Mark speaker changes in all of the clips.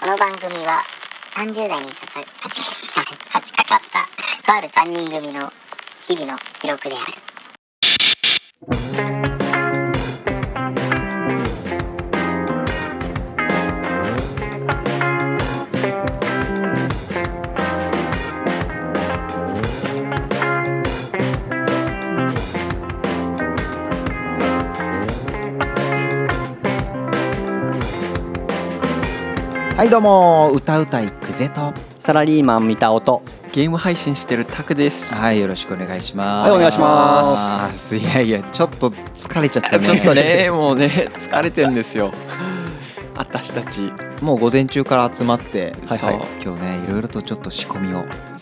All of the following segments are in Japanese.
Speaker 1: この番組は30代にささ差し差し掛かったとある3人組の日々の記録である
Speaker 2: はいどうも歌うたいくぜと
Speaker 3: サラリーマン見た音
Speaker 4: ゲーム配信してるタクです。
Speaker 2: はいよろしくお願いします
Speaker 3: はいお願いします
Speaker 2: いやいやちょっと疲れちゃった ね
Speaker 4: ちょっとね、もうね、疲れてんですよ。 私たち。
Speaker 2: もう午前中から集まって、
Speaker 4: はいはい
Speaker 2: そう今日ねいろいろとちょっと仕込みを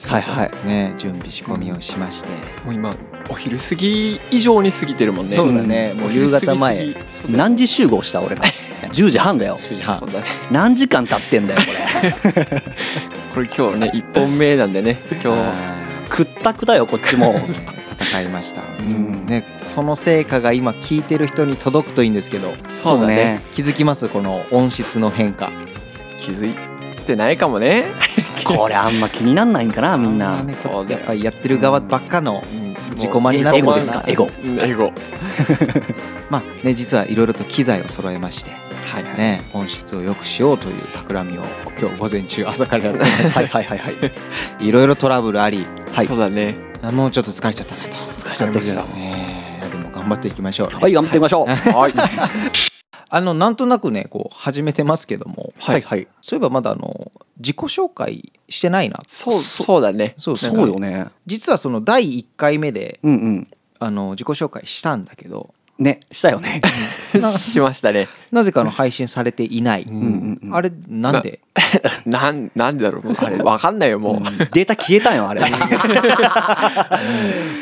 Speaker 4: はいはい。
Speaker 2: ね準備仕込みをしまして、
Speaker 4: もう今、お昼過ぎ以上に過ぎてるもんね。
Speaker 2: そうだねもう夕方前
Speaker 4: お昼過ぎ過ぎ。そうだよ
Speaker 3: 何時集合した 俺ら10時半だよ
Speaker 2: じゃあ
Speaker 4: そうだね
Speaker 3: 何時間経ってんだよこ
Speaker 4: これ今日ね、一本目なんでね、今
Speaker 2: は
Speaker 3: れくったくだよこっち
Speaker 2: い
Speaker 3: も
Speaker 2: 戦いました、
Speaker 3: ん
Speaker 2: ねその成果が今聞いてる人に届くといいんですけど
Speaker 4: そうだね
Speaker 2: 気づきますこの音質の変化
Speaker 4: 日気づいてないかもね。
Speaker 3: これあんま気になんないんかなみん
Speaker 2: あ
Speaker 3: な
Speaker 2: まね
Speaker 4: そ
Speaker 2: こ
Speaker 4: うだ
Speaker 2: や
Speaker 4: よ
Speaker 2: っぱりやってる側ばっかの、うん自己満になって
Speaker 3: エ
Speaker 2: る
Speaker 3: ゴですかエゴ
Speaker 4: うんエゴ。
Speaker 2: まあね実はいろいろと機材を揃えまして
Speaker 4: はいはい。
Speaker 2: ね音質を良くしようという企みを今日午前中朝からやってまし
Speaker 3: はいはいはいはい
Speaker 2: たいろいろトラブルあり
Speaker 3: はい
Speaker 4: そうだね。
Speaker 2: あもうちょっと疲れちゃったなと疲
Speaker 3: れちゃってるけど
Speaker 2: ねえでも頑張っていきましょう、
Speaker 3: はい頑張ってみましょう
Speaker 4: はい。
Speaker 2: あのなんとなくねこう始めてますけども、
Speaker 3: はいはい
Speaker 2: そういえばまだあの自己紹介してないな
Speaker 4: そう、そうだね。
Speaker 2: そう
Speaker 3: そ
Speaker 2: そう
Speaker 3: うよね
Speaker 2: 実はその第1回目で
Speaker 3: うんうん
Speaker 2: あの自己紹介したんだけど
Speaker 3: ねしたよ ね
Speaker 4: しましたね。
Speaker 2: なぜかあの配信されていない、
Speaker 3: んうん
Speaker 2: あれなんで
Speaker 4: なん、なんでだろう。あれ、わかんないよ、もう。
Speaker 3: データ消えたんよ あれ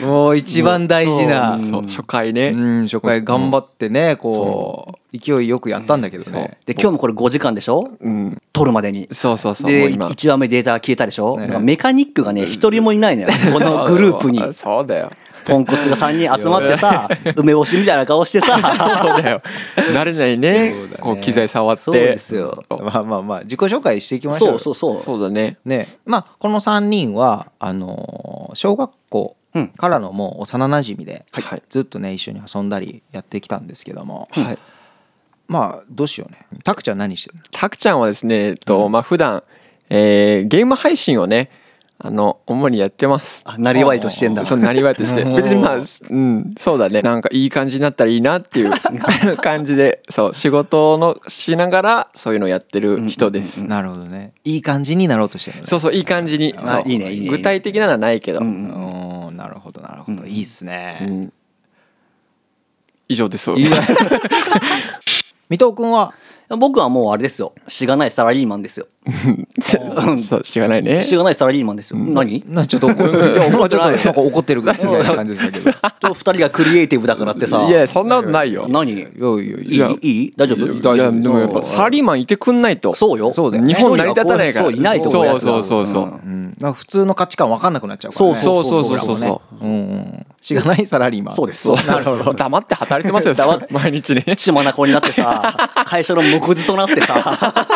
Speaker 2: もう一番大事な
Speaker 4: そうう、そう初回ね。
Speaker 2: ん初回頑張ってねこう勢いよくやったんだけどね
Speaker 3: で今日もこれ5時間でしょ
Speaker 4: うん。
Speaker 3: 撮るまでに
Speaker 4: そうそうそう。も
Speaker 3: で
Speaker 4: う今
Speaker 3: 1話目データ消えたでしょ
Speaker 2: ね
Speaker 3: なんかメカニックがね一人もいない のよこのグループに
Speaker 4: そう そうだよ。
Speaker 3: ポンコツが3人集まってさ梅干しみたいな顔してさ
Speaker 4: そうだよ。慣れないね
Speaker 2: そうだね。
Speaker 4: こう機材触って。
Speaker 3: そうですよ
Speaker 2: まあまあまあ自己紹介していきましょう
Speaker 3: そ
Speaker 2: よ
Speaker 3: うそうそう
Speaker 4: そうだね。
Speaker 2: ねまあこの3人はあのー小学校
Speaker 3: うん
Speaker 2: からのもう幼なじみで、
Speaker 4: はい
Speaker 2: ずっとね一緒に遊んだりやってきたんですけども、
Speaker 4: はい。
Speaker 2: まあどうしようねタクちゃん何してるの
Speaker 4: たくちゃんはですね、えっと、まあ普段、えーゲーム配信をね、あの、主にやってます。
Speaker 3: あなりわいとしてんだ
Speaker 4: そう、なりわい として。別にまあ、すうん、そうだね。なんかいい感じになったらいいなっ ていう感じで、そう、仕事のしながら、そういうのをやってる人です。
Speaker 2: なるほどねいい感じになろうとしてるのね
Speaker 4: そうそう、いい感じに。
Speaker 3: あ
Speaker 4: そう
Speaker 3: いいねいいね
Speaker 4: 具体的なのはないけど。
Speaker 2: うーんなるほどなるほど、いいっす
Speaker 4: う
Speaker 2: ね、
Speaker 4: ん以上です。
Speaker 2: いいじゃん水戸君は
Speaker 3: 僕はもうあれですよしがないサラリーマンですよ
Speaker 4: そう そう、知らないね。
Speaker 3: しがないサラリーマンですよ何
Speaker 2: なちょっと怒るいや僕はちょっとなんか怒ってるみたいな感じでしたけど
Speaker 3: と2人がクリエイティブだからってさ
Speaker 4: いや、そんなことないよ。
Speaker 3: 何い
Speaker 2: いやいやい
Speaker 3: い
Speaker 2: や
Speaker 3: いい大丈夫
Speaker 2: いや大丈夫
Speaker 4: いやでもやっぱサラリーマンいてくんないと。
Speaker 3: そうよ
Speaker 2: そうだよ
Speaker 4: 日本成り立たないから。
Speaker 3: そういないと思う
Speaker 4: そ
Speaker 3: や
Speaker 4: う
Speaker 3: つだ
Speaker 4: そうそうそう。
Speaker 2: うん、なんか普通の価値観分かんなくなっちゃうからね
Speaker 4: そうそうそうそうそう。
Speaker 2: うんうんしがないサラリーマン
Speaker 3: そうです
Speaker 4: そう
Speaker 3: なるほど
Speaker 4: 黙って働いてますよ。
Speaker 3: 黙っ
Speaker 4: 毎日ね。
Speaker 3: 血眼になってさ 会社の木図となってさ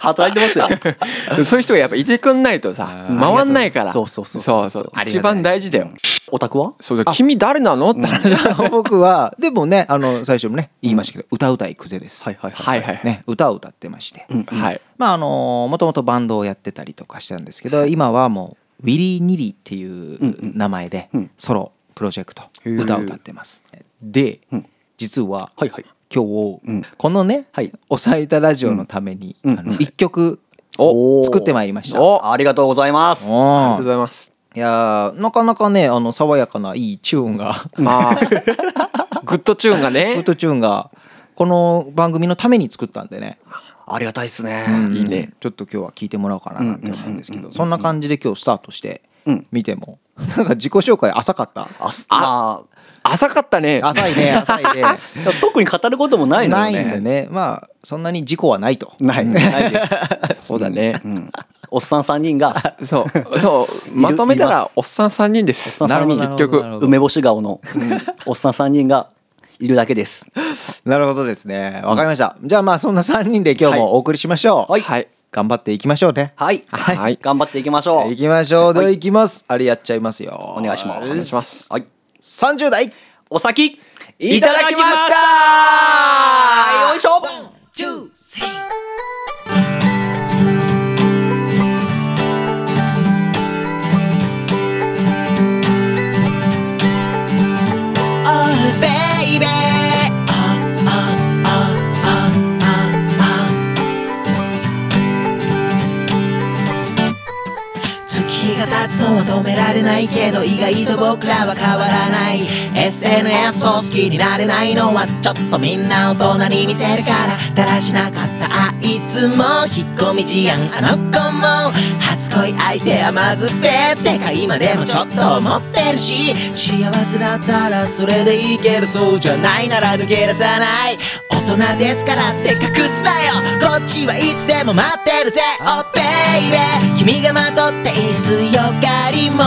Speaker 3: 働いてます よ
Speaker 4: そういう人がやっぱいてくんないとさ、回んないから。
Speaker 3: そうそうそう
Speaker 4: そうそう。一番大事だよ。
Speaker 3: オタクは
Speaker 4: そうだ。君誰なのって話。
Speaker 2: 僕はでもねあの最初もね言いましたけど、歌うたいくぜです、
Speaker 3: はいはいはい
Speaker 4: はいはい。
Speaker 2: ね、歌を歌ってまして、
Speaker 4: はい。
Speaker 2: まああのもともとバンドをやってたりとかしたんですけど今はもうウィリー・ニリーっていう名前でソロプロジェクト歌を歌ってますで、実は
Speaker 3: はいはい
Speaker 2: 今日、このね、
Speaker 3: はい
Speaker 2: 抑えたラジオのために、あの一曲
Speaker 3: お
Speaker 2: 作ってまいりました
Speaker 4: お
Speaker 3: ありがとうございます
Speaker 4: あり
Speaker 2: お
Speaker 4: がとうございます。
Speaker 2: いやーなかなかねあの爽やかないいチューンが
Speaker 4: ああ。グッドチューン が
Speaker 2: グッ
Speaker 4: ね。
Speaker 2: ドチューンがこの番組のために作ったんでね
Speaker 3: ありがたいっすね
Speaker 4: いいね。
Speaker 2: ちょっと今日は聞いてもらおうかななんて思うんですけどそんな感じで今日スタートして見てもなんか自己紹介浅かった
Speaker 3: あすまあ
Speaker 4: 浅かったね。
Speaker 2: 浅いね浅いね
Speaker 3: いや特に語ることもないの
Speaker 2: な
Speaker 3: よ
Speaker 2: いんでねまあそんなに事故はないと
Speaker 3: ないないです
Speaker 4: そうだね。
Speaker 3: おっさん3人が
Speaker 4: そう。そう。まとめたら、おっさん3人です。
Speaker 3: おっさん三人
Speaker 4: 結局。
Speaker 2: なるほど
Speaker 3: 梅干し顔の おっさん3人がいるだけです
Speaker 2: なるほどですねわかりましたじゃあまあそんな3人で今日もお送りしましょう
Speaker 4: はい。
Speaker 2: 頑張っていきましょうね
Speaker 3: はい、
Speaker 4: はい
Speaker 3: 頑張っていきましょう
Speaker 2: いきましょうではいきますあれやっちゃいますよ
Speaker 3: お願いします
Speaker 2: お願いします
Speaker 3: すはい
Speaker 2: 30代
Speaker 3: お先
Speaker 2: いただきました
Speaker 3: はいよいしょ
Speaker 5: 月日が経つのは止められないけど意外と僕らは変わらない SNS も好きになれないのはちょっとみんな大人に見せるからだらしなかったあいつも引っ込み思案あの子も初恋相手はまずべってか今でもちょっと思ってるし幸せだったらそれでいいけどそうじゃないなら抜け出さない大人ですからって隠すなよこっちはいつでも待ってるぜ Oh baby 君がまとっている強がりも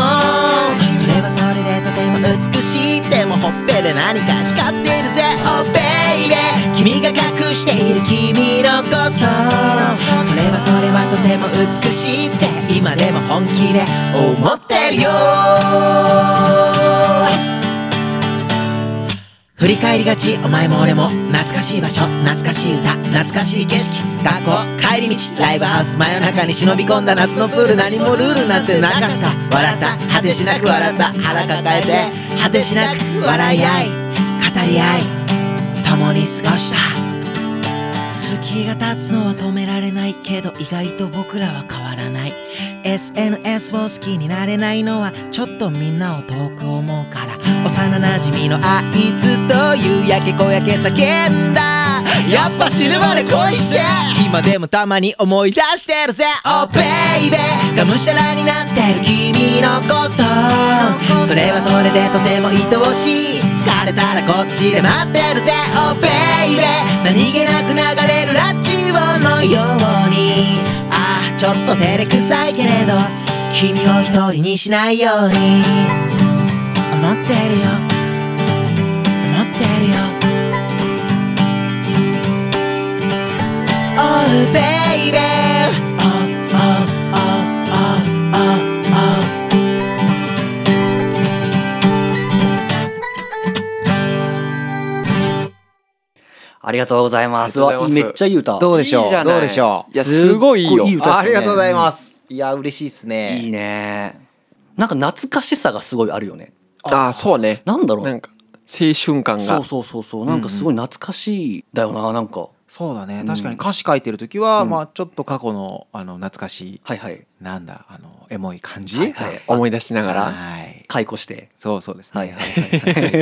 Speaker 5: それはそれでとても美しいでもほっぺで何か光っているぜ Oh baby 君が隠している君のことそれはそれはとても美しいって今でも本気で思ってるよ振り返りがちお前も俺も懐かしい場所懐かしい歌懐かしい景色学校帰り道ライブハウス真夜中に忍び込んだ夏のプール何もルールなんてなかった笑った果てしなく笑った腹抱えて果てしなく笑い合い語り合い共に過ごした月が経つのは止められないけど意外と僕らは変わらない SNS を好きになれないのはちょっとみんなを遠く思うから幼なじみのあいつと夕焼け小焼け叫んだやっぱ死ぬまで恋して今でもたまに思い出してるぜ Oh baby がむしゃらになってる君のことそれはそれでとても愛おしいされたらこっちで待ってるぜ Oh baby 何気なく流れるラジオのようにああちょっと照れくさいけれど君を一人にしないように思ってるよ思ってるよ Oh baby Oh oh oh oh oh oh
Speaker 3: ありがとうございます
Speaker 4: ありがとう
Speaker 3: うわ
Speaker 4: ございます
Speaker 3: めっちゃいい歌
Speaker 2: どうでしょ
Speaker 4: いういじゃない
Speaker 2: どうでしょう
Speaker 4: いやすごいいいよ
Speaker 2: すっご歌ですね
Speaker 4: あ
Speaker 2: ありがとうございますいや嬉しいですね
Speaker 3: いいねなんか懐かしさがすごいあるよね
Speaker 4: ああそうね
Speaker 3: なんだろう
Speaker 4: なんか青春感
Speaker 3: そ
Speaker 4: が
Speaker 3: うそうそうそうなんかすごい懐かしいだよななんか
Speaker 2: そうだね確かに歌詞書いてる時は、まあちょっと過去のあの懐かしい、
Speaker 3: はいはい
Speaker 2: なんだあのエモい感じ
Speaker 3: はいはい
Speaker 4: 思い出しながら
Speaker 2: はい
Speaker 3: 解雇して
Speaker 2: そうそうです
Speaker 3: はい
Speaker 2: ね
Speaker 3: は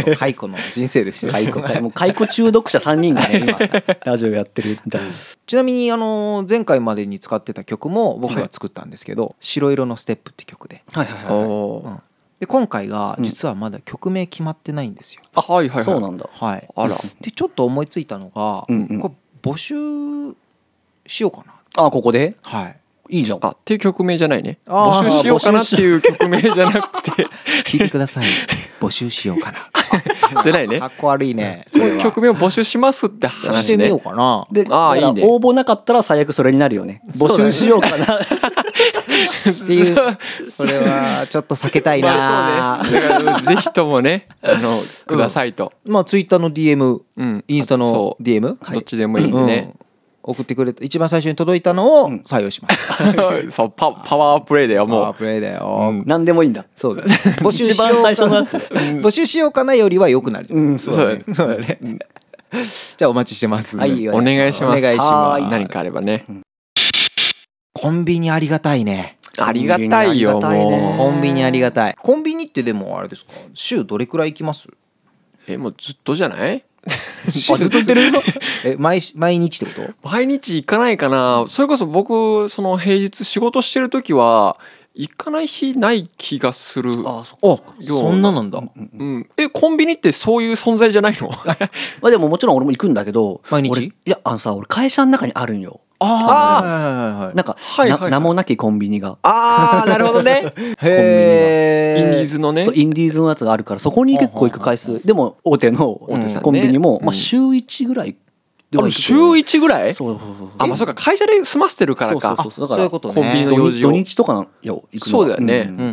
Speaker 2: はい解雇の人生ですよ
Speaker 3: 解雇解もう解雇中毒者3人がね 今ラジオやってるみたいな
Speaker 2: ちなみにあの前回までに使ってた曲も僕が作ったんですけど「白色のステップ」って曲で
Speaker 3: はいはいはい
Speaker 4: おー
Speaker 2: で今回が実はまだ曲名決まってないんですよ
Speaker 4: あはいはいはい
Speaker 3: そうなんだ
Speaker 2: はい
Speaker 4: あら
Speaker 2: でちょっと思いついたのが
Speaker 3: うんうん
Speaker 2: これ募集しようかな
Speaker 3: あここで
Speaker 2: はい
Speaker 3: いいじゃん
Speaker 4: あっていう曲名じゃないね
Speaker 2: あー
Speaker 4: 募集しようかなっていう曲名じゃなくて
Speaker 2: 聞いてくださ い募集しようかな
Speaker 4: じゃないね
Speaker 2: かっこ悪いね
Speaker 4: こういう曲名を募集しますって
Speaker 2: し
Speaker 4: 話
Speaker 2: てみ
Speaker 4: ね
Speaker 2: ようかな
Speaker 3: で
Speaker 4: あー
Speaker 3: だから
Speaker 4: いいね
Speaker 3: 応募なかったら最悪それになるよね募集しようかな
Speaker 2: っていうそれはちょっと避けたい
Speaker 4: ま
Speaker 2: な
Speaker 4: あそうねだからぜひともねあのくださいと
Speaker 2: まあツイッターの DM
Speaker 4: うん
Speaker 2: インスタの
Speaker 4: そう
Speaker 2: DM
Speaker 4: どっちでもいいんでね
Speaker 2: 送ってくれた一番最初に届いたのを採用します
Speaker 4: そうパパワープレイだよ
Speaker 2: パワー
Speaker 4: も
Speaker 2: プレイだよ、
Speaker 3: 何でもいいんだ
Speaker 2: そう だね募集しよう
Speaker 3: 一番最初のやつ
Speaker 2: 募集しようかなよりは良くなる
Speaker 3: うん
Speaker 4: うそうだね
Speaker 2: そうだねじゃあお待ちしてます
Speaker 3: はいいいよ
Speaker 4: お願いします
Speaker 2: お願いします
Speaker 4: は何かあればね
Speaker 2: コンビニありがたいね
Speaker 4: ありがたいよ
Speaker 3: ありがたいね
Speaker 4: もう
Speaker 2: コンビニありがたいコンビニってでもあれですか週どれくらい行きます
Speaker 4: えもうずっとじゃない
Speaker 2: 週ずっと行ってる え毎し毎日ってこと
Speaker 4: 毎日行かないかなそれこそ僕その平日仕事してる時は行かない日ない気がする
Speaker 3: あそ
Speaker 2: あそんななんだ
Speaker 4: うん、えコンビニってそういう存在じゃないの
Speaker 3: まあでももちろん俺も行くんだけど
Speaker 2: 毎日
Speaker 3: 俺いやあのさ俺会社の中にあるんよ
Speaker 2: ああ
Speaker 3: なんか、
Speaker 4: はいはいはい
Speaker 3: な名もなきコンビニが
Speaker 4: ああなるほ どね
Speaker 2: へ
Speaker 4: イ
Speaker 2: え
Speaker 4: ンディーズのね
Speaker 3: そうインディーズのやつがあるからそこに結構行く回数でも大手の
Speaker 4: 手さんね
Speaker 3: コンビニも、
Speaker 4: うん
Speaker 3: まあ、週1ぐらい
Speaker 4: でも週1ぐらい
Speaker 3: そうそうそう
Speaker 4: あまあそうか会社で済ませてるからか
Speaker 3: そうそうそう
Speaker 2: あそういうことね
Speaker 4: コンビニの
Speaker 3: 土日
Speaker 4: 用事
Speaker 3: 土
Speaker 4: を
Speaker 3: 日とかよ行くの
Speaker 4: そうだよね
Speaker 3: ん
Speaker 2: うんうんうんう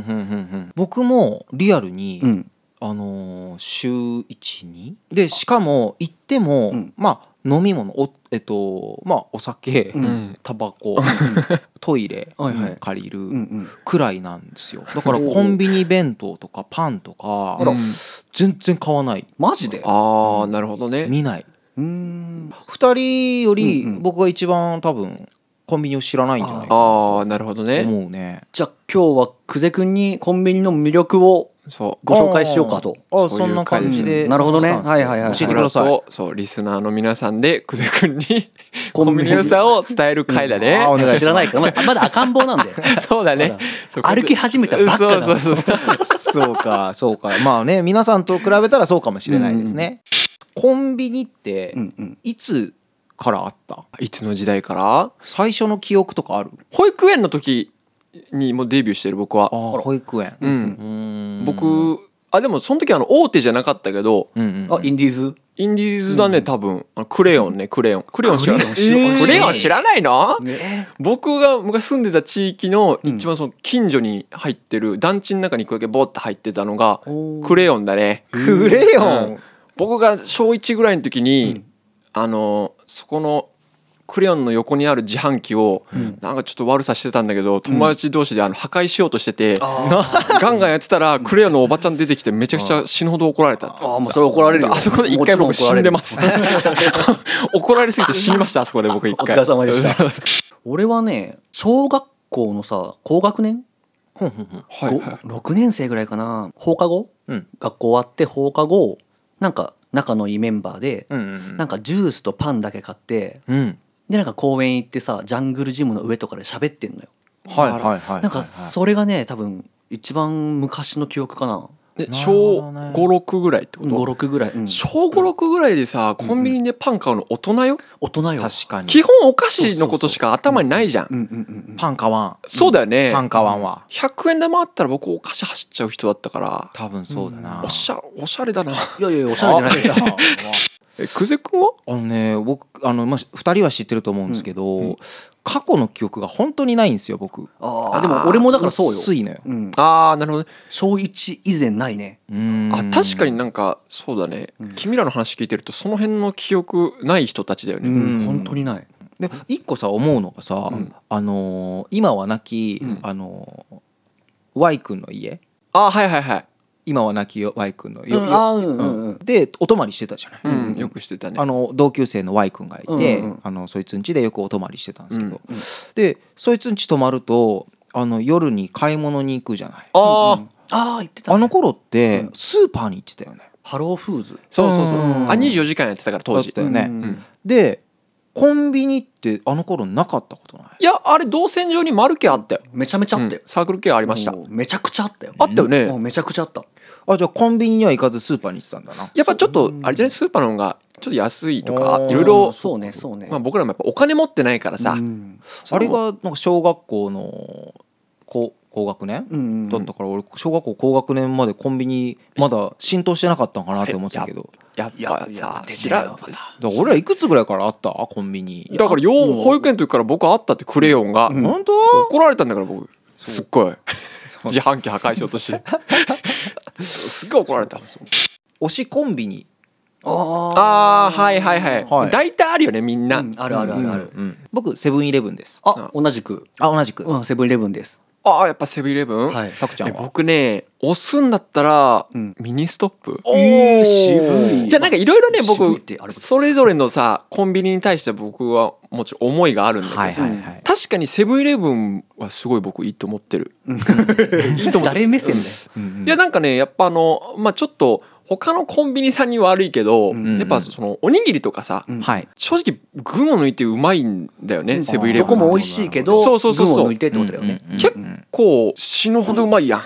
Speaker 2: ん僕もリアルに、
Speaker 3: うん
Speaker 2: あのー週12でしかも行っても、
Speaker 3: うん
Speaker 2: まあ飲み物おえっとまあお酒、
Speaker 4: ん
Speaker 2: タバコ、トイレ、
Speaker 4: はいはい
Speaker 2: 借りる
Speaker 3: うんうん
Speaker 2: くらいなんですよだからコンビニ弁当とかパンと か
Speaker 4: あら
Speaker 2: 全然買わない
Speaker 3: マジで
Speaker 4: ああなるほどね
Speaker 2: 見ないう
Speaker 3: ーん
Speaker 2: 2人より
Speaker 3: うんうん
Speaker 2: 僕が一番多分コンビニを知らないんじゃないかな
Speaker 4: ああなるほど
Speaker 2: と
Speaker 4: ね
Speaker 2: 思うね
Speaker 3: じゃあ今日は久世君にコンビニの魅力を
Speaker 4: そう
Speaker 3: ご紹介しようかと
Speaker 2: あーあー
Speaker 4: そういう
Speaker 2: そんな感じ
Speaker 3: う
Speaker 2: で
Speaker 3: んなるほどね
Speaker 2: そのスタンスで
Speaker 3: はいはいはい
Speaker 2: 教えてください
Speaker 4: 僕らとそうリスナーの皆さんで久世君に
Speaker 3: コ
Speaker 4: コ
Speaker 3: ンビニ
Speaker 4: ンビニの良さを伝える回だね、
Speaker 2: お願いします
Speaker 3: 知らないから まだまだ赤ん坊なんで
Speaker 4: そうだねそう
Speaker 3: 歩き始めたばっかなの
Speaker 4: そうそうそう
Speaker 2: そうかそうかまあね皆さんと比べたらそうかもしれないですね、コンビニって
Speaker 3: うんうん
Speaker 2: いつからあった
Speaker 4: いつの時代から
Speaker 2: 最初の記憶とかある
Speaker 4: 保育園の時にもうデビューしてる僕は
Speaker 2: あ保育園
Speaker 4: うん、
Speaker 2: ん
Speaker 4: 僕あでもその時あの大手じゃなかったけど
Speaker 2: うんうん
Speaker 3: あインディーズ
Speaker 4: インディーズだね多分あのクレヨンねクレヨンクレヨン知らない
Speaker 3: クレヨン知らない
Speaker 4: クレヨン知らないの
Speaker 3: ね
Speaker 4: 僕が昔住んでた地域の一番その近所に入ってる団地の中に一個だけボッて入ってたのが
Speaker 3: おー
Speaker 4: クレヨンだね
Speaker 2: クレヨン
Speaker 4: うん僕が小1ぐらいの時にあのそこのクレヨンの横にある自販機をなんかちょっと悪さしてたんだけど友達同士であの破壊しようとしてて ガンガンやってたらクレヨンのおばちゃん出てきてめちゃくちゃ死ぬほど怒られた
Speaker 3: ああもうそれ怒られるよ
Speaker 4: あそこで一回僕
Speaker 3: もちろ
Speaker 4: 死
Speaker 3: 怒られる
Speaker 4: んでます。 怒られすぎて死にました、あそこで僕一
Speaker 3: お
Speaker 4: 回。
Speaker 3: 疲れ様でした
Speaker 4: は
Speaker 3: 俺はね小学校のさ高学年
Speaker 4: い
Speaker 3: ご
Speaker 4: はい。
Speaker 3: 6年生ぐらいかな放課後、
Speaker 2: うん
Speaker 3: 学校終わって放課後なんか仲のいいメンバーで、
Speaker 2: うんうん
Speaker 3: なんかジュースとパンだけ買って
Speaker 2: うん
Speaker 3: でなんか公園行ってさジャングルジムの上とかで喋ってんのよ、
Speaker 2: はいはいはいはいはい
Speaker 3: なんかそれがね多分一番昔の記憶かな
Speaker 4: で
Speaker 2: なる
Speaker 4: 小
Speaker 2: ほどね
Speaker 4: 5、6ぐらいってこと
Speaker 3: 56ぐらい、うん
Speaker 4: 小5、6ぐらいでさ、コンビニでパン買うの大人よ。
Speaker 3: 大人よ
Speaker 2: 確かに
Speaker 4: 基本お菓子のことしか頭にないじゃ。
Speaker 3: うんんうんうん
Speaker 2: パン買わん
Speaker 4: そうだよね
Speaker 2: パ。ン買わんは
Speaker 4: 100円玉あったら僕お菓子走っちゃう人だったから、
Speaker 2: 多分そうだな
Speaker 4: おしゃ、おしゃれ だな。
Speaker 3: いやいやいやおしゃれじゃない
Speaker 2: あ
Speaker 3: よ
Speaker 4: え、久世君は
Speaker 2: あのね僕あの、まあ、2人は知ってると思うんですけど、過去の記憶が本当にないんですよ僕
Speaker 3: あーでも俺もだからそうよ、
Speaker 2: 薄いのよ
Speaker 3: うん、
Speaker 4: ああ、なるほどね。
Speaker 3: 小1以前ないね
Speaker 2: うん
Speaker 4: あ確かになんかそうだね、君らの話聞いてるとその辺の記憶ない人たちだよね、
Speaker 3: うん本当にない
Speaker 2: で一個さ思うのがさ、あのー今は亡き、あのー Y 君の家
Speaker 4: あーはいはいはい
Speaker 2: 今は亡き Y 君の家、
Speaker 3: うんあーうんうんうん
Speaker 2: でお泊まりしてたじゃない、
Speaker 4: うん、よくしてたね
Speaker 2: あの同級生の Y 君がいて、
Speaker 3: うん
Speaker 2: あのそいつん家でよくお泊まりしてたんですけど、でそいつん家泊まるとあの夜に買い物に行くじゃないあ
Speaker 4: ああ、
Speaker 3: ああ言ってた、ね、
Speaker 2: の頃ってスーパーに行ってたよね
Speaker 3: ハローフーズ
Speaker 4: そうそうそう
Speaker 2: うん
Speaker 4: あ24時間やってたから当時
Speaker 2: だったよね、
Speaker 4: ん
Speaker 2: でコンビニってあの頃なかったことない
Speaker 4: いやあれ動線上に丸系あったよ
Speaker 3: めちゃめちゃあったよ
Speaker 4: うん、サークル系ありました
Speaker 3: もうめちゃくちゃあったよ
Speaker 4: あったよね
Speaker 3: うんめちゃくちゃあった
Speaker 2: あじゃあコンビニには行かずスーパーに行ってたんだな
Speaker 4: やっぱちょっとあれじゃないスーパーの方がちょっと安いとか
Speaker 2: おー
Speaker 4: いろいろ
Speaker 3: そうねそうね、
Speaker 4: まあ僕らもやっぱお金持ってないからさ、
Speaker 3: うん
Speaker 2: あれがなんか小学校の高高学年、
Speaker 3: うんうん
Speaker 2: だったから俺小学校高学年までコンビニまだ浸透してなかったんかなって思ってたけど
Speaker 4: やっぱ
Speaker 3: いや
Speaker 4: さ
Speaker 3: 出て
Speaker 4: 知
Speaker 3: ない
Speaker 4: ら
Speaker 3: よま
Speaker 2: だから俺らいくつぐらいからあったコンビニ
Speaker 4: だからよう保育園の時から僕あったってクレヨンが、
Speaker 2: 本当
Speaker 4: 怒られたんだから僕すっごい自販機破壊しよう としてすっごい怒られた
Speaker 2: 推しコンビニ
Speaker 3: あ
Speaker 4: あーはいはいはい、
Speaker 2: はい
Speaker 4: 大体あるよねみん
Speaker 3: あ、
Speaker 4: な、
Speaker 3: うんあるあるあるある、
Speaker 2: 僕セブンイレブンです
Speaker 3: あ同じく
Speaker 2: あ同じく
Speaker 3: うんセブンイレブンです
Speaker 4: ああやっぱセブンイレブン、
Speaker 3: はい
Speaker 2: タクちゃ
Speaker 4: え
Speaker 2: んは
Speaker 4: 僕ね押すんだったら、
Speaker 3: うん
Speaker 4: ミニストップ
Speaker 3: えー渋い
Speaker 4: じゃあなんかいろいろね
Speaker 3: 渋いってあ
Speaker 4: 僕
Speaker 3: れ
Speaker 4: それぞれのさコンビニに対して僕はもちろん思いがあるんだけどさ、
Speaker 2: はいはいはい
Speaker 4: 確かにセブンイレブンはすごい僕いいと思っ てる、いいと思ってる
Speaker 3: 誰目線で
Speaker 4: いやなんかねやっぱあのまあちょっと他のコンビニさんには悪いけど、
Speaker 2: ん
Speaker 4: やっぱそのおにぎりとかさ、
Speaker 3: うん
Speaker 2: はい
Speaker 4: 正直群を抜いてうまいんだよね、セブンイレ
Speaker 3: ど
Speaker 4: ブ
Speaker 3: こ
Speaker 4: ン
Speaker 3: も美味しいけど
Speaker 4: そうそうそうそう
Speaker 3: 群を抜いてってことだよね、
Speaker 4: 結構死ぬほどうまいやん、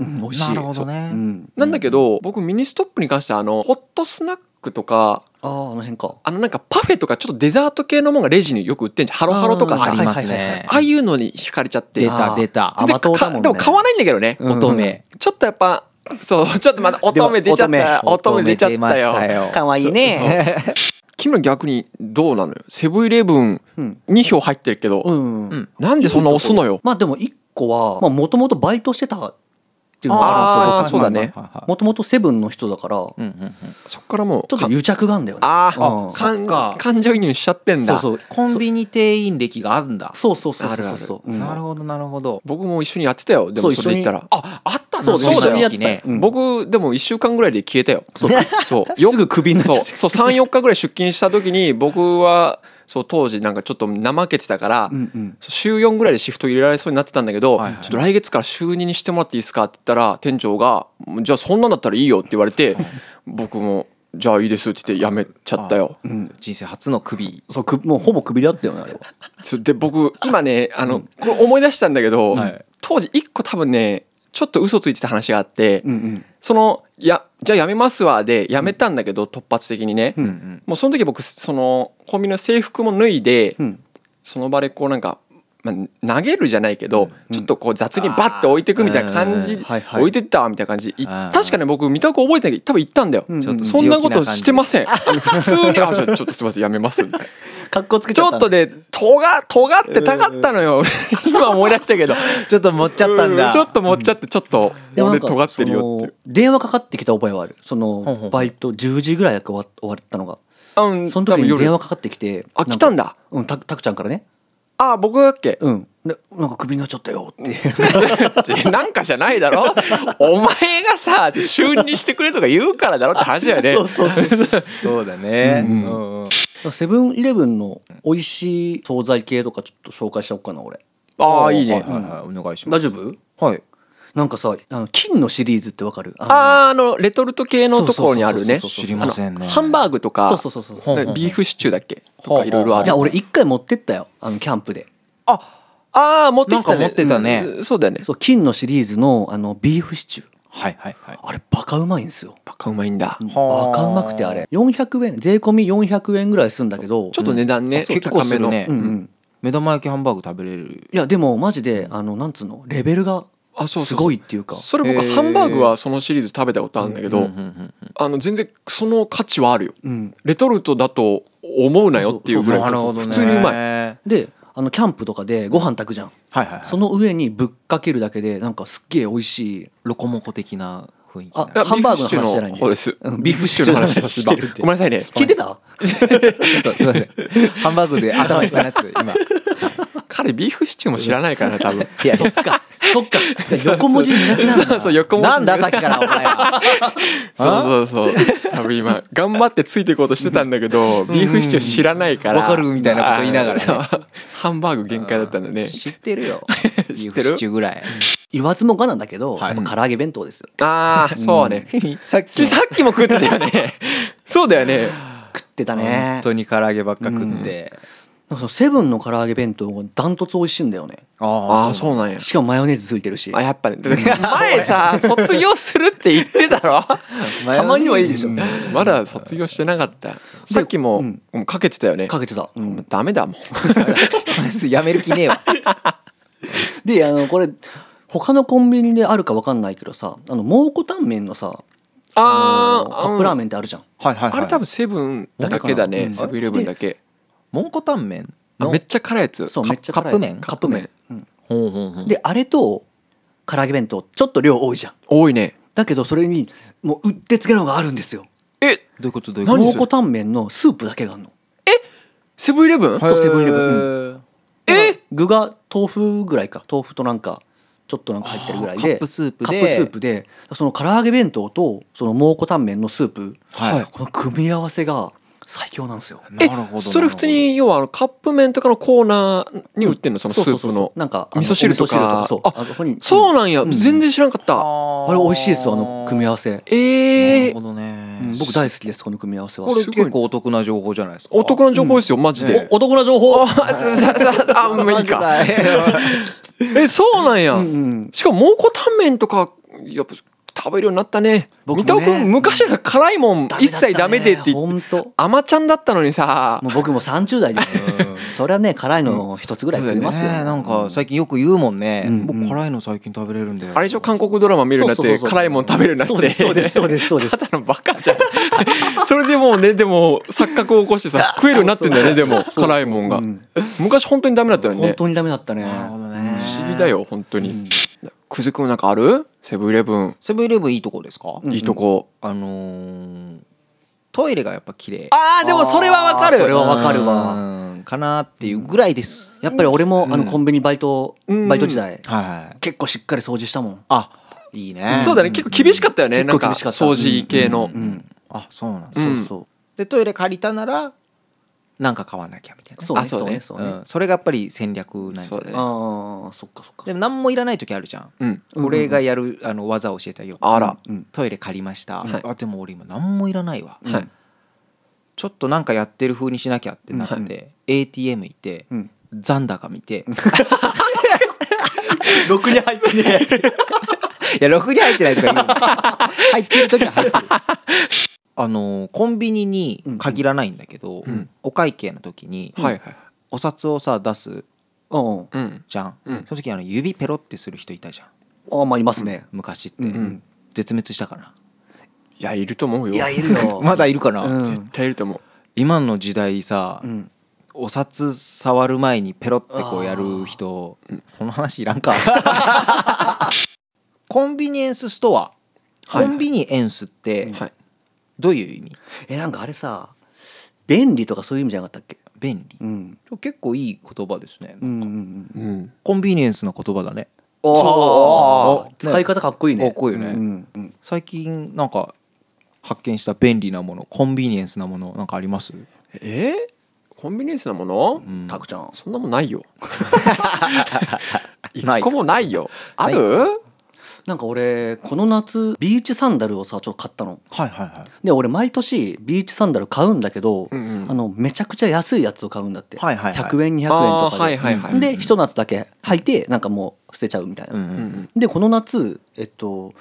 Speaker 3: うん美味しい
Speaker 2: なるほどね
Speaker 3: うん、
Speaker 4: なんだけど僕ミニストップに関してはあのホットスナックとか
Speaker 3: あああの辺か
Speaker 4: あのなんかパフェとかちょっとデザート系のもんがレジによく売ってんじゃんハロハロとかさ
Speaker 2: あ
Speaker 4: あ,、
Speaker 2: ります
Speaker 3: はいはいはい
Speaker 2: ね
Speaker 4: あいうのに惹かれちゃって
Speaker 2: 出た出た
Speaker 3: あ
Speaker 4: で
Speaker 3: 甘党だもんね
Speaker 4: かでも買わないんだけどね、
Speaker 3: うん
Speaker 2: 乙女
Speaker 4: ちょっとやっぱ そうちょっとまだ乙女出ちゃった
Speaker 3: でも
Speaker 4: 乙女出ちゃったよ
Speaker 2: ました
Speaker 3: かわいいね
Speaker 4: 木村逆にどうなのよセブンイレブン2票入ってるけど、
Speaker 3: うん
Speaker 2: うん
Speaker 4: なんでそんな押すのよ
Speaker 3: まあでも一個はまあもともとバイトしてたっていうのがあるんですよ
Speaker 4: あーそうだね
Speaker 2: はいはいはい
Speaker 3: もともとセブンの人だからちょ
Speaker 2: うんうんうん
Speaker 4: そっからもう
Speaker 3: っと癒着があるんだよね
Speaker 4: あ
Speaker 3: うん
Speaker 4: あ
Speaker 2: そっか
Speaker 4: 感情移入しちゃってんだ
Speaker 3: そうそう
Speaker 2: コンビニ店員歴があるんだ
Speaker 3: そうそうそう
Speaker 4: ある
Speaker 3: そ
Speaker 4: あ
Speaker 3: う
Speaker 4: る
Speaker 3: そううん
Speaker 2: なるほどなるほど
Speaker 4: 僕も一緒にやってたよでも
Speaker 3: そう
Speaker 4: それで言った
Speaker 3: 一緒
Speaker 4: らああった
Speaker 3: そう
Speaker 2: そうだよ
Speaker 3: 一緒にやってた
Speaker 2: ね
Speaker 3: うん
Speaker 4: 僕でも1週間ぐらいで消えたよ そう
Speaker 3: すぐクビになっちゃった
Speaker 4: そうそう34日ぐらい出勤した時に僕はそう当時なんかちょっと怠けてたから、
Speaker 3: うんうん
Speaker 4: そう週4ぐらいでシフト入れられそうになってたんだけど、
Speaker 2: はいはい
Speaker 4: ちょっと来月から週2にしてもらっていいですかって言ったら店長が「じゃあそんなんだったらいいよ」って言われて 僕も「じゃあいいです」って言ってやめちゃったよ。
Speaker 2: 人生初の首
Speaker 3: そうくもうほぼクビだったよねあれは
Speaker 4: そうで僕今ねあの、これ思い出したんだけど、
Speaker 2: はい
Speaker 4: 当時1個多分ねちょっと嘘ついてた話があって、
Speaker 3: うんうん
Speaker 4: その「いやじゃあやめますわ」でやめたんだけど、突発的にね、
Speaker 2: うん
Speaker 4: もうその時僕そのコンビニの制服も脱いで、
Speaker 3: うん
Speaker 4: その場でこうなんか、まあ、投げるじゃないけど、ちょっとこう雑にバッて置いてくみたいな感じ、
Speaker 2: うん
Speaker 3: はいはい
Speaker 4: 置いてったみたいな感じ、い
Speaker 2: あー
Speaker 4: 確かね僕見たく覚えてないけど多分行ったんだよ、
Speaker 3: んちょっと
Speaker 4: そんなことして ませんあの普通に「あじゃあちょっとすいませんやめます」みたいな
Speaker 3: かっこつけち
Speaker 4: ち
Speaker 3: ゃ
Speaker 4: ょ
Speaker 3: った
Speaker 4: っとねとが尖ってたかったのよ今思い出したけど
Speaker 2: ちょっと持っちゃったんだ
Speaker 4: ちょっと持っちゃってちょっと
Speaker 3: でもなん
Speaker 4: 俺
Speaker 3: か
Speaker 4: 尖ってるよっていう
Speaker 3: その電話かかってきた覚えはあるそ
Speaker 2: ほんほ
Speaker 3: の
Speaker 2: ん
Speaker 3: バイト10時ぐらいだけ終わ終わったのが
Speaker 4: うん
Speaker 3: その
Speaker 4: 多
Speaker 3: 時
Speaker 4: 分
Speaker 3: に
Speaker 4: 夜
Speaker 3: 電話かかってきて
Speaker 4: あ来たんだ
Speaker 3: うんたたくちゃんからね
Speaker 4: あ僕だっけ
Speaker 3: うんでなんかクビになっちゃったよって
Speaker 4: なんかじゃないだろお前がさ就任してくれとか言うからだろって話だよね
Speaker 3: そうそうそう
Speaker 2: そうだねうんうん
Speaker 3: セブンイレブンの美味しい惣菜系とかちょっと紹介しちゃおうかな俺
Speaker 4: ああいいね、
Speaker 2: はいはいはいお願いしま
Speaker 3: 大
Speaker 2: す
Speaker 3: 丈夫
Speaker 2: はい
Speaker 3: なんかさあの金のシリーズってわかるあの
Speaker 4: あーあのレトルト系のところにあるね
Speaker 3: そうそ
Speaker 2: 知
Speaker 3: うそうそう
Speaker 2: りませんね
Speaker 4: あのハンバーグとか
Speaker 3: そうそうそうそう
Speaker 2: ほんほんほん
Speaker 4: ビーフシチューだっけと
Speaker 2: ほ
Speaker 4: か
Speaker 2: ん
Speaker 4: いろいろあ
Speaker 3: い
Speaker 4: る
Speaker 3: や俺一回持ってったよあのキャンプで
Speaker 4: ああー持ってきたね
Speaker 2: なんか持ってたね
Speaker 4: うんそうだよね
Speaker 3: そう金のシリーズのあのビーフシチュー
Speaker 2: はいはいはい
Speaker 3: あれバカうまいんですよ
Speaker 4: バカうまいんだ
Speaker 2: はあ
Speaker 3: バカうまくてあれ400円税込み400円ぐらいするんだけど
Speaker 4: ちょっと値段ね、
Speaker 2: そう結構するね
Speaker 4: 高め
Speaker 3: う
Speaker 4: の
Speaker 3: んうん
Speaker 2: 目玉焼きハンバーグ食べれる
Speaker 3: いやでもマジであのなんつうのレベルが
Speaker 4: あそうそうそう
Speaker 3: すごいっていうか
Speaker 4: それ僕
Speaker 2: へー
Speaker 4: ハンバーグはそのシリーズ食べたことあるんだけど、あの全然その価値はあるよ、
Speaker 3: ん
Speaker 4: レトルトだと思うなよっていうぐらい
Speaker 2: なるほどね
Speaker 4: 普通にうまい
Speaker 2: は
Speaker 3: であのキャンプとかでご飯炊くじゃん
Speaker 2: いはい
Speaker 3: そ
Speaker 2: はい
Speaker 3: の上にぶっかけるだけでなんかすっげえ美味しい
Speaker 2: ロコモコ的な雰囲気
Speaker 3: あ
Speaker 2: な
Speaker 4: あ
Speaker 3: ハンバーグの
Speaker 4: ビー
Speaker 3: 話じゃないん
Speaker 4: フシチューの
Speaker 3: で
Speaker 4: 方です
Speaker 3: うん
Speaker 4: ビーフシチューの話
Speaker 3: ビーフシチューの話してるって
Speaker 4: ごめんなさいね
Speaker 3: 聞いてた
Speaker 2: ちょっとすいませんハンバーグで頭いっぱいになってた 今
Speaker 4: 彼ビーフシチューも知らないからな多分
Speaker 2: いやいや
Speaker 3: そっか横文字になくなるん
Speaker 4: そ
Speaker 3: だ
Speaker 4: うそう横文字
Speaker 2: なんださっきからお前 ら
Speaker 4: そうそうそう多分今頑張ってついていこうとしてたんだけどビーフシチュー知らないから
Speaker 2: わかるみたいなこと言いながらね
Speaker 4: あーそうハンバーグ限界だったんだね
Speaker 2: 知ってるよ
Speaker 4: 知
Speaker 2: ビー
Speaker 4: って
Speaker 2: フ
Speaker 4: る
Speaker 2: シチューぐらい
Speaker 3: 言わずもがなんだけど、
Speaker 2: はい
Speaker 3: やっぱ唐揚げ弁当ですよ
Speaker 4: ああそうね
Speaker 2: さっき
Speaker 4: 君さっきも食ってたよね そうだよね
Speaker 3: 食ってた
Speaker 2: 本
Speaker 3: ね
Speaker 2: 当に唐揚げばっか食って
Speaker 3: なんかそのセブンの唐揚げ弁当がダントツ美味しいんだよね
Speaker 2: あ
Speaker 4: ああそうなんや
Speaker 3: しかもマヨネーズついてるし
Speaker 4: あやっぱね前さ卒業するって言ってた ろ
Speaker 2: た
Speaker 3: まにはいいでしょ
Speaker 4: まだ卒業してなかったさっきももうかけてたよね
Speaker 3: かけてた、うん
Speaker 4: もうダメだもん
Speaker 2: やめる気ねえわ
Speaker 3: であのこれ他のコンビニであるか分かんないけどさあの蒙古タンメンのさ
Speaker 4: あ
Speaker 3: の
Speaker 4: ー
Speaker 3: カップラーメンってあるじゃん
Speaker 2: はいはい
Speaker 4: あれ多分セブンだけだねセブンイレブンだけ
Speaker 2: もんこタンメン
Speaker 4: あめっちゃ辛いやつ
Speaker 3: そう
Speaker 4: か
Speaker 3: めっちゃ辛い
Speaker 2: カップ麺
Speaker 3: カップ麺、うん
Speaker 2: ほうほうほう
Speaker 3: であれと唐揚げ弁当ちょっと量多いじゃん
Speaker 4: 多いね
Speaker 3: だけどそれにもううってつけのがあるんですよ
Speaker 4: え
Speaker 2: どういうことどういうこと
Speaker 4: 何
Speaker 3: 蒙
Speaker 4: それ
Speaker 3: 古タンメンのスープだけがあるの
Speaker 4: セブンイレブン
Speaker 3: そうセブンイレブンうん
Speaker 2: ン
Speaker 4: え
Speaker 3: 具が豆腐ぐらいか豆腐となんかちょっとなんか入ってるぐらいで
Speaker 2: あーカップスープで
Speaker 3: カップスープでその唐揚げ弁当とその蒙古タンメンのスープ、
Speaker 2: はい
Speaker 3: この組み合わせが最強なんですよ
Speaker 2: なるほどなるほど
Speaker 4: それ普通に要はあのカップ麺とかのコーナーに売ってんのそのス
Speaker 3: そう
Speaker 4: ー
Speaker 3: そうそ
Speaker 4: プ
Speaker 3: うそ
Speaker 4: の
Speaker 3: うなんかあの
Speaker 4: 味噌汁とか
Speaker 3: お味噌汁とかそうあここに
Speaker 4: あそうなんや全然知らんかった
Speaker 2: あ
Speaker 3: あれ美味しいですよあの組み合わせ、
Speaker 2: な
Speaker 4: え
Speaker 2: る
Speaker 4: え
Speaker 2: ほどね
Speaker 3: うん僕大好きですこの組み合わせは
Speaker 2: これ
Speaker 4: すごい
Speaker 2: 結構お得な情報じゃないですか
Speaker 4: お得な情報ですよマジで
Speaker 3: お男な情報
Speaker 4: あ ささあもういいか
Speaker 2: はい
Speaker 4: えそうなんや
Speaker 3: ん
Speaker 4: しかも蒙古タンメンとかやっぱ食べるようになったね
Speaker 3: 僕もね
Speaker 4: 水戸君昔は辛いもん一切ダメでって言って
Speaker 3: 本当
Speaker 4: 甘ちゃんだったのにさ
Speaker 3: もう僕も30代ですよそりゃね辛いの一つぐらい食いますよ、
Speaker 2: ねなんか最近よく言うもんね、
Speaker 3: うん
Speaker 2: 僕辛いの最近食べれるんだよ
Speaker 4: あれでしょ韓国ドラマ見るようになっ
Speaker 3: そうそ
Speaker 4: て
Speaker 3: うそうそう
Speaker 4: 辛いもん食べるようになって
Speaker 3: そうですそうですそうですそうです
Speaker 4: ただの バカじゃん それでもうねでも錯覚を起こしてさ食えるようになってんだよねでも辛いもんが昔本当にダメだったよ
Speaker 3: 本
Speaker 4: ね
Speaker 3: 当にダメだったね
Speaker 2: なるほどね
Speaker 4: 不思議だよ本当にくずくんなんかあるセブンイレブン
Speaker 2: セブンイレブンいいとこですか、
Speaker 4: いいとこ
Speaker 2: あのートイレがやっぱ綺麗
Speaker 4: ああでもそれはわかる
Speaker 3: それはわかるわ
Speaker 2: わかなっていうぐらいです
Speaker 3: やっぱり俺もあのコンビニバイト
Speaker 4: ん
Speaker 3: バイト時代
Speaker 2: はい
Speaker 3: 結構しっかり掃除したもん
Speaker 2: あいいね
Speaker 4: そうだね結構厳しかったよね
Speaker 3: 結
Speaker 4: なん
Speaker 3: 構
Speaker 4: か
Speaker 3: 厳しかった
Speaker 4: 掃除系の
Speaker 3: うん
Speaker 2: あそうなんです、
Speaker 4: う
Speaker 3: そ
Speaker 4: ん
Speaker 3: うそ
Speaker 2: でトイレ借りたならなんか買わなきゃみたいな
Speaker 3: うそうね
Speaker 4: あそう
Speaker 3: そう
Speaker 4: ね
Speaker 3: ねそうね
Speaker 2: ん、それがやっぱり戦略なんじゃ
Speaker 4: そう
Speaker 2: ないです
Speaker 4: だね
Speaker 2: か
Speaker 3: ああそっかそっか
Speaker 2: でも何もいらない時あるじゃん、
Speaker 4: うん
Speaker 2: 俺がやるあの技を教えたよ
Speaker 4: あら
Speaker 2: うんトイレ借りました、
Speaker 4: はい
Speaker 2: あでも俺今何もいらないわ、
Speaker 4: はい
Speaker 2: ちょっとなんかやってる風にしなきゃってなって、
Speaker 3: うん
Speaker 2: ATM 行って、
Speaker 3: うん
Speaker 2: 残高見て、い
Speaker 3: ろくに入ってね
Speaker 2: や6に入ってないとか言うの入ってる時は入ってるあのコンビニに限らないんだけど、
Speaker 4: ん
Speaker 2: お会計の時に、
Speaker 4: はいはい
Speaker 2: お札をさ出す
Speaker 3: うんうん
Speaker 4: うん
Speaker 2: じゃん、
Speaker 4: うん
Speaker 2: その時あの指ペロってする人いたじゃん
Speaker 3: ああまあいますね
Speaker 2: 昔って、
Speaker 4: ん
Speaker 2: 絶滅したかな、
Speaker 4: いやいると思うよ
Speaker 3: いやいるよ
Speaker 2: まだいるかな、
Speaker 3: うん
Speaker 4: 絶対いると思う
Speaker 2: 今の時代さ、
Speaker 3: うん
Speaker 2: お札触る前にペロってこうやる人この話いらんか コンビニエンスストアコ
Speaker 4: はい
Speaker 2: ンビニエンスって
Speaker 4: はい
Speaker 2: どういう意味
Speaker 3: えなんかあれさ便利とかそういう意味じゃなかったっけ
Speaker 2: 便利
Speaker 3: うん
Speaker 2: 結構いい言葉ですね
Speaker 3: うんうんうん
Speaker 4: うん
Speaker 2: コンビニエンスな言葉だね
Speaker 3: そう
Speaker 2: ね
Speaker 3: 使い方かっこいいね
Speaker 2: かっこいいよね
Speaker 3: うんうん
Speaker 2: 最近なんか発見した便利なものコンビニエンスなものなんかあります
Speaker 4: えーコンビニエンスなもの
Speaker 3: たくちゃん
Speaker 4: そんなもんないよ
Speaker 2: な
Speaker 4: 一
Speaker 2: い
Speaker 4: 個も ないよある
Speaker 3: なんか俺この夏ビーチサンダルをさちょっと買ったの
Speaker 2: はいはいはい
Speaker 3: で俺毎年ビーチサンダル買うんだけど、
Speaker 4: うんうん
Speaker 3: あのめちゃくちゃ安いやつを買うんだって、
Speaker 2: はいはいはい
Speaker 3: 100円200円とかで、
Speaker 4: あーはいはいはい
Speaker 3: でひと夏だけ履いてなんかもう捨てちゃうみたいな、
Speaker 2: うんうん
Speaker 3: でこの夏えっと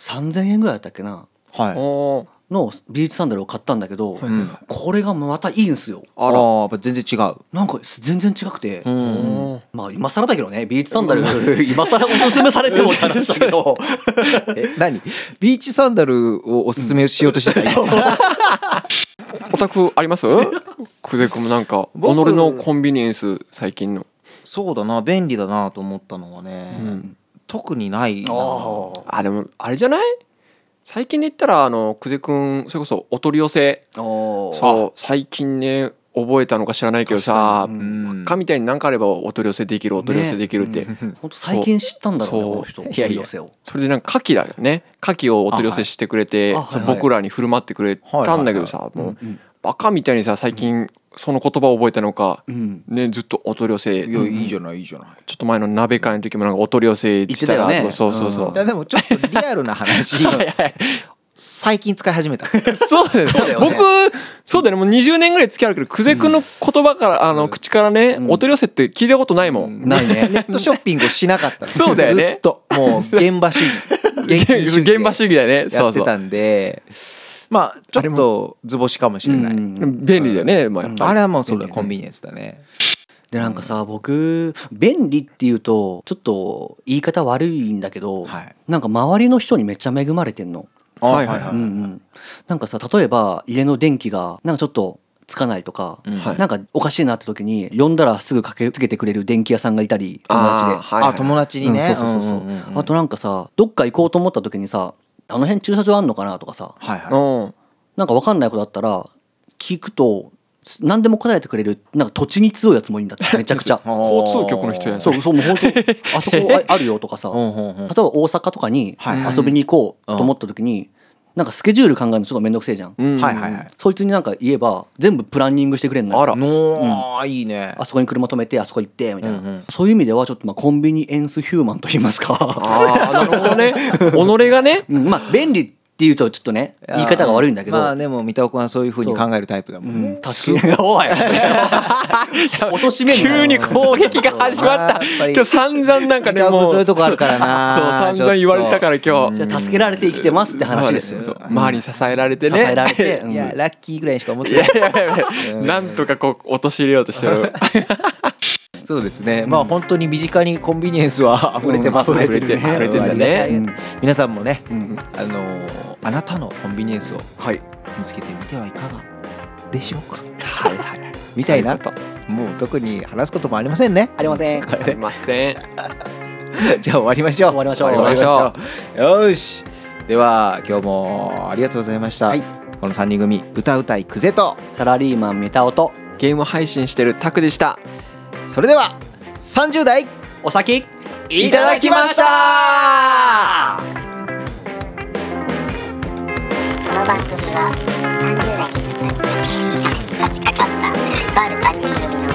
Speaker 3: 3,000円ぐらいだったっけな
Speaker 2: はい
Speaker 4: おー
Speaker 3: のビーチサンダルを買ったんだけど、
Speaker 2: ん
Speaker 3: これがまたいいんすよ
Speaker 2: あら
Speaker 4: あら
Speaker 2: やっぱ全然違う
Speaker 3: なんか全然違くて、
Speaker 4: うん
Speaker 3: まあ今更だけどねビーチサンダル 今更おすすめされてもって話だけ ど
Speaker 2: え何 ビーチサンダルをおすすめしようとしてた今
Speaker 4: オタクあります クゼ君もなんか己
Speaker 2: 僕
Speaker 4: のコンビニエンス最近の
Speaker 2: そうだな便利だなと思ったのはね、
Speaker 4: ん
Speaker 2: 特にないな
Speaker 3: あー
Speaker 4: あでもあれじゃない最近で言ったらあのクゼ君それこそお取り寄せ
Speaker 3: おー
Speaker 4: そう最近ね覚えたのか知らないけどさ
Speaker 3: 確か
Speaker 2: にうん
Speaker 4: バカみたいに何かあればお取り寄せできるお取り寄せできるって
Speaker 3: 本当最近知ったんだろうね
Speaker 4: そう
Speaker 3: この人
Speaker 2: いやいや
Speaker 3: 寄せを
Speaker 4: それでなんか牡蠣だよね牡蠣をお取り寄せしてくれて、
Speaker 3: あはい
Speaker 4: そう
Speaker 3: あはいはい
Speaker 4: 僕らに振る舞ってくれたんだけどさ、もう、バカみたいにさ最近その言葉を覚えたのか、
Speaker 3: ん
Speaker 4: ねずっとお取り寄せ、
Speaker 2: いやいいじゃないいいじゃない
Speaker 4: ちょっと前の鍋会の時もなんかお取り寄せしたら
Speaker 3: 言ってたよね
Speaker 4: とかそうそうそう、
Speaker 2: いやでもちょっとリアルな話最近使い始めた
Speaker 4: そうだよね
Speaker 3: よね
Speaker 4: 僕そうだよねもう20年ぐらい付き合うけど久世君の言葉から、あの口からね、お取り寄せって聞いたことないもん、
Speaker 2: ないねネットショッピングをしなかったの
Speaker 4: そうだよね
Speaker 2: ずっともう現場主義現金主義で
Speaker 4: 現場主義だよね
Speaker 2: や
Speaker 4: そ
Speaker 2: っ
Speaker 4: う
Speaker 2: て
Speaker 4: そう
Speaker 2: たんでまあちょっと図星かもしれない、
Speaker 4: 便利だよね、まあ、やっぱり
Speaker 2: あれはもうそうだコンビニエンスだね
Speaker 3: でなんかさ僕便利っていうとちょっと言い方悪いんだけど、
Speaker 2: はい
Speaker 3: なんか周りの人にめっちゃ恵まれてんの、
Speaker 4: はいはいはい
Speaker 3: うんうん、なんかさ例えば家の電気がなんかちょっとつかないとか、
Speaker 4: はい
Speaker 3: なんかおかしいなって時に呼んだらすぐ駆けつけてくれる電気屋さんがいたり友達で
Speaker 4: あーはいはい
Speaker 2: あ友達に
Speaker 3: う
Speaker 2: ね
Speaker 3: んそうそうそうそう,、
Speaker 2: んんん
Speaker 3: あとなんかさどっか行こうと思った時にさあの辺駐車場あんのかなとかさ
Speaker 2: はいはい
Speaker 4: うん
Speaker 3: なんかわかんないことあったら聞くと何でも答えてくれるなんか土地に強いやつもいいんだってめちゃくちゃ
Speaker 4: 交通局の人やん
Speaker 3: そうそうもう本当あそこああるよとかさ例え
Speaker 2: んうんうん
Speaker 3: ば大阪とかに
Speaker 2: はい
Speaker 3: 遊びに行こうと思った時になんかスケジュール考えるのちょっと面倒くせえじゃん、
Speaker 4: うん
Speaker 2: はいはいはい
Speaker 3: そいつになんか言えば全部プランニングしてくれるのよ
Speaker 4: あら
Speaker 2: のーいいね
Speaker 3: あそこに車止めてあそこ行ってみたいな、
Speaker 2: うんうん
Speaker 3: そういう意味ではちょっとまあコンビニエンスヒューマンと言いますか
Speaker 4: ああなるほどね己が ね
Speaker 3: うんまあ便利っていうとちょっとね言い方が悪いんだけど、
Speaker 2: まあでも三田尾君はそういうふうに考えるタイプだもんね
Speaker 3: 助けおい落としめんな
Speaker 4: 急に攻撃が始まっ
Speaker 2: あ
Speaker 4: た
Speaker 2: ーやっぱり
Speaker 4: 今日散々なんか
Speaker 2: 三
Speaker 4: ね
Speaker 2: 田尾君
Speaker 4: もう
Speaker 2: そういうとこあるから
Speaker 4: そう
Speaker 2: な
Speaker 4: 散々言われたからら今
Speaker 3: じ
Speaker 4: 日
Speaker 3: ゃあ助けられて生きてますって話ですよ
Speaker 4: そうそう周りに支えられてね
Speaker 3: 支えられて、うん
Speaker 2: いやラッキーぐらいにしか思ってない
Speaker 4: いやいやいや なんとかこう陥れようとしてる
Speaker 2: そうですね、まあ本当に身近にコンビニエンスは溢れてますね、
Speaker 4: うん溢れてるね
Speaker 2: あの
Speaker 4: 溢れてんだ
Speaker 2: ありがたいありがたい皆さんもね、
Speaker 3: ん
Speaker 2: あのーあなたのコンビニエンスを
Speaker 3: はい
Speaker 2: 見つけてみてはいかがでしょうかはいはい みたいなともう特に話すこともありませんね
Speaker 3: ありません
Speaker 4: ありません
Speaker 2: じゃあ終わりましょう
Speaker 3: 終わりましょう
Speaker 2: 終わりましょうよしでは今日もありがとうございました、
Speaker 3: はい
Speaker 2: この3人組歌うたいくぜと
Speaker 3: サラリーマンメタオと
Speaker 4: ゲーム配信してるタクでした
Speaker 2: それでは30代
Speaker 3: お先
Speaker 2: いただきました
Speaker 1: この番組は30代にささ差し掛かったとある3人組の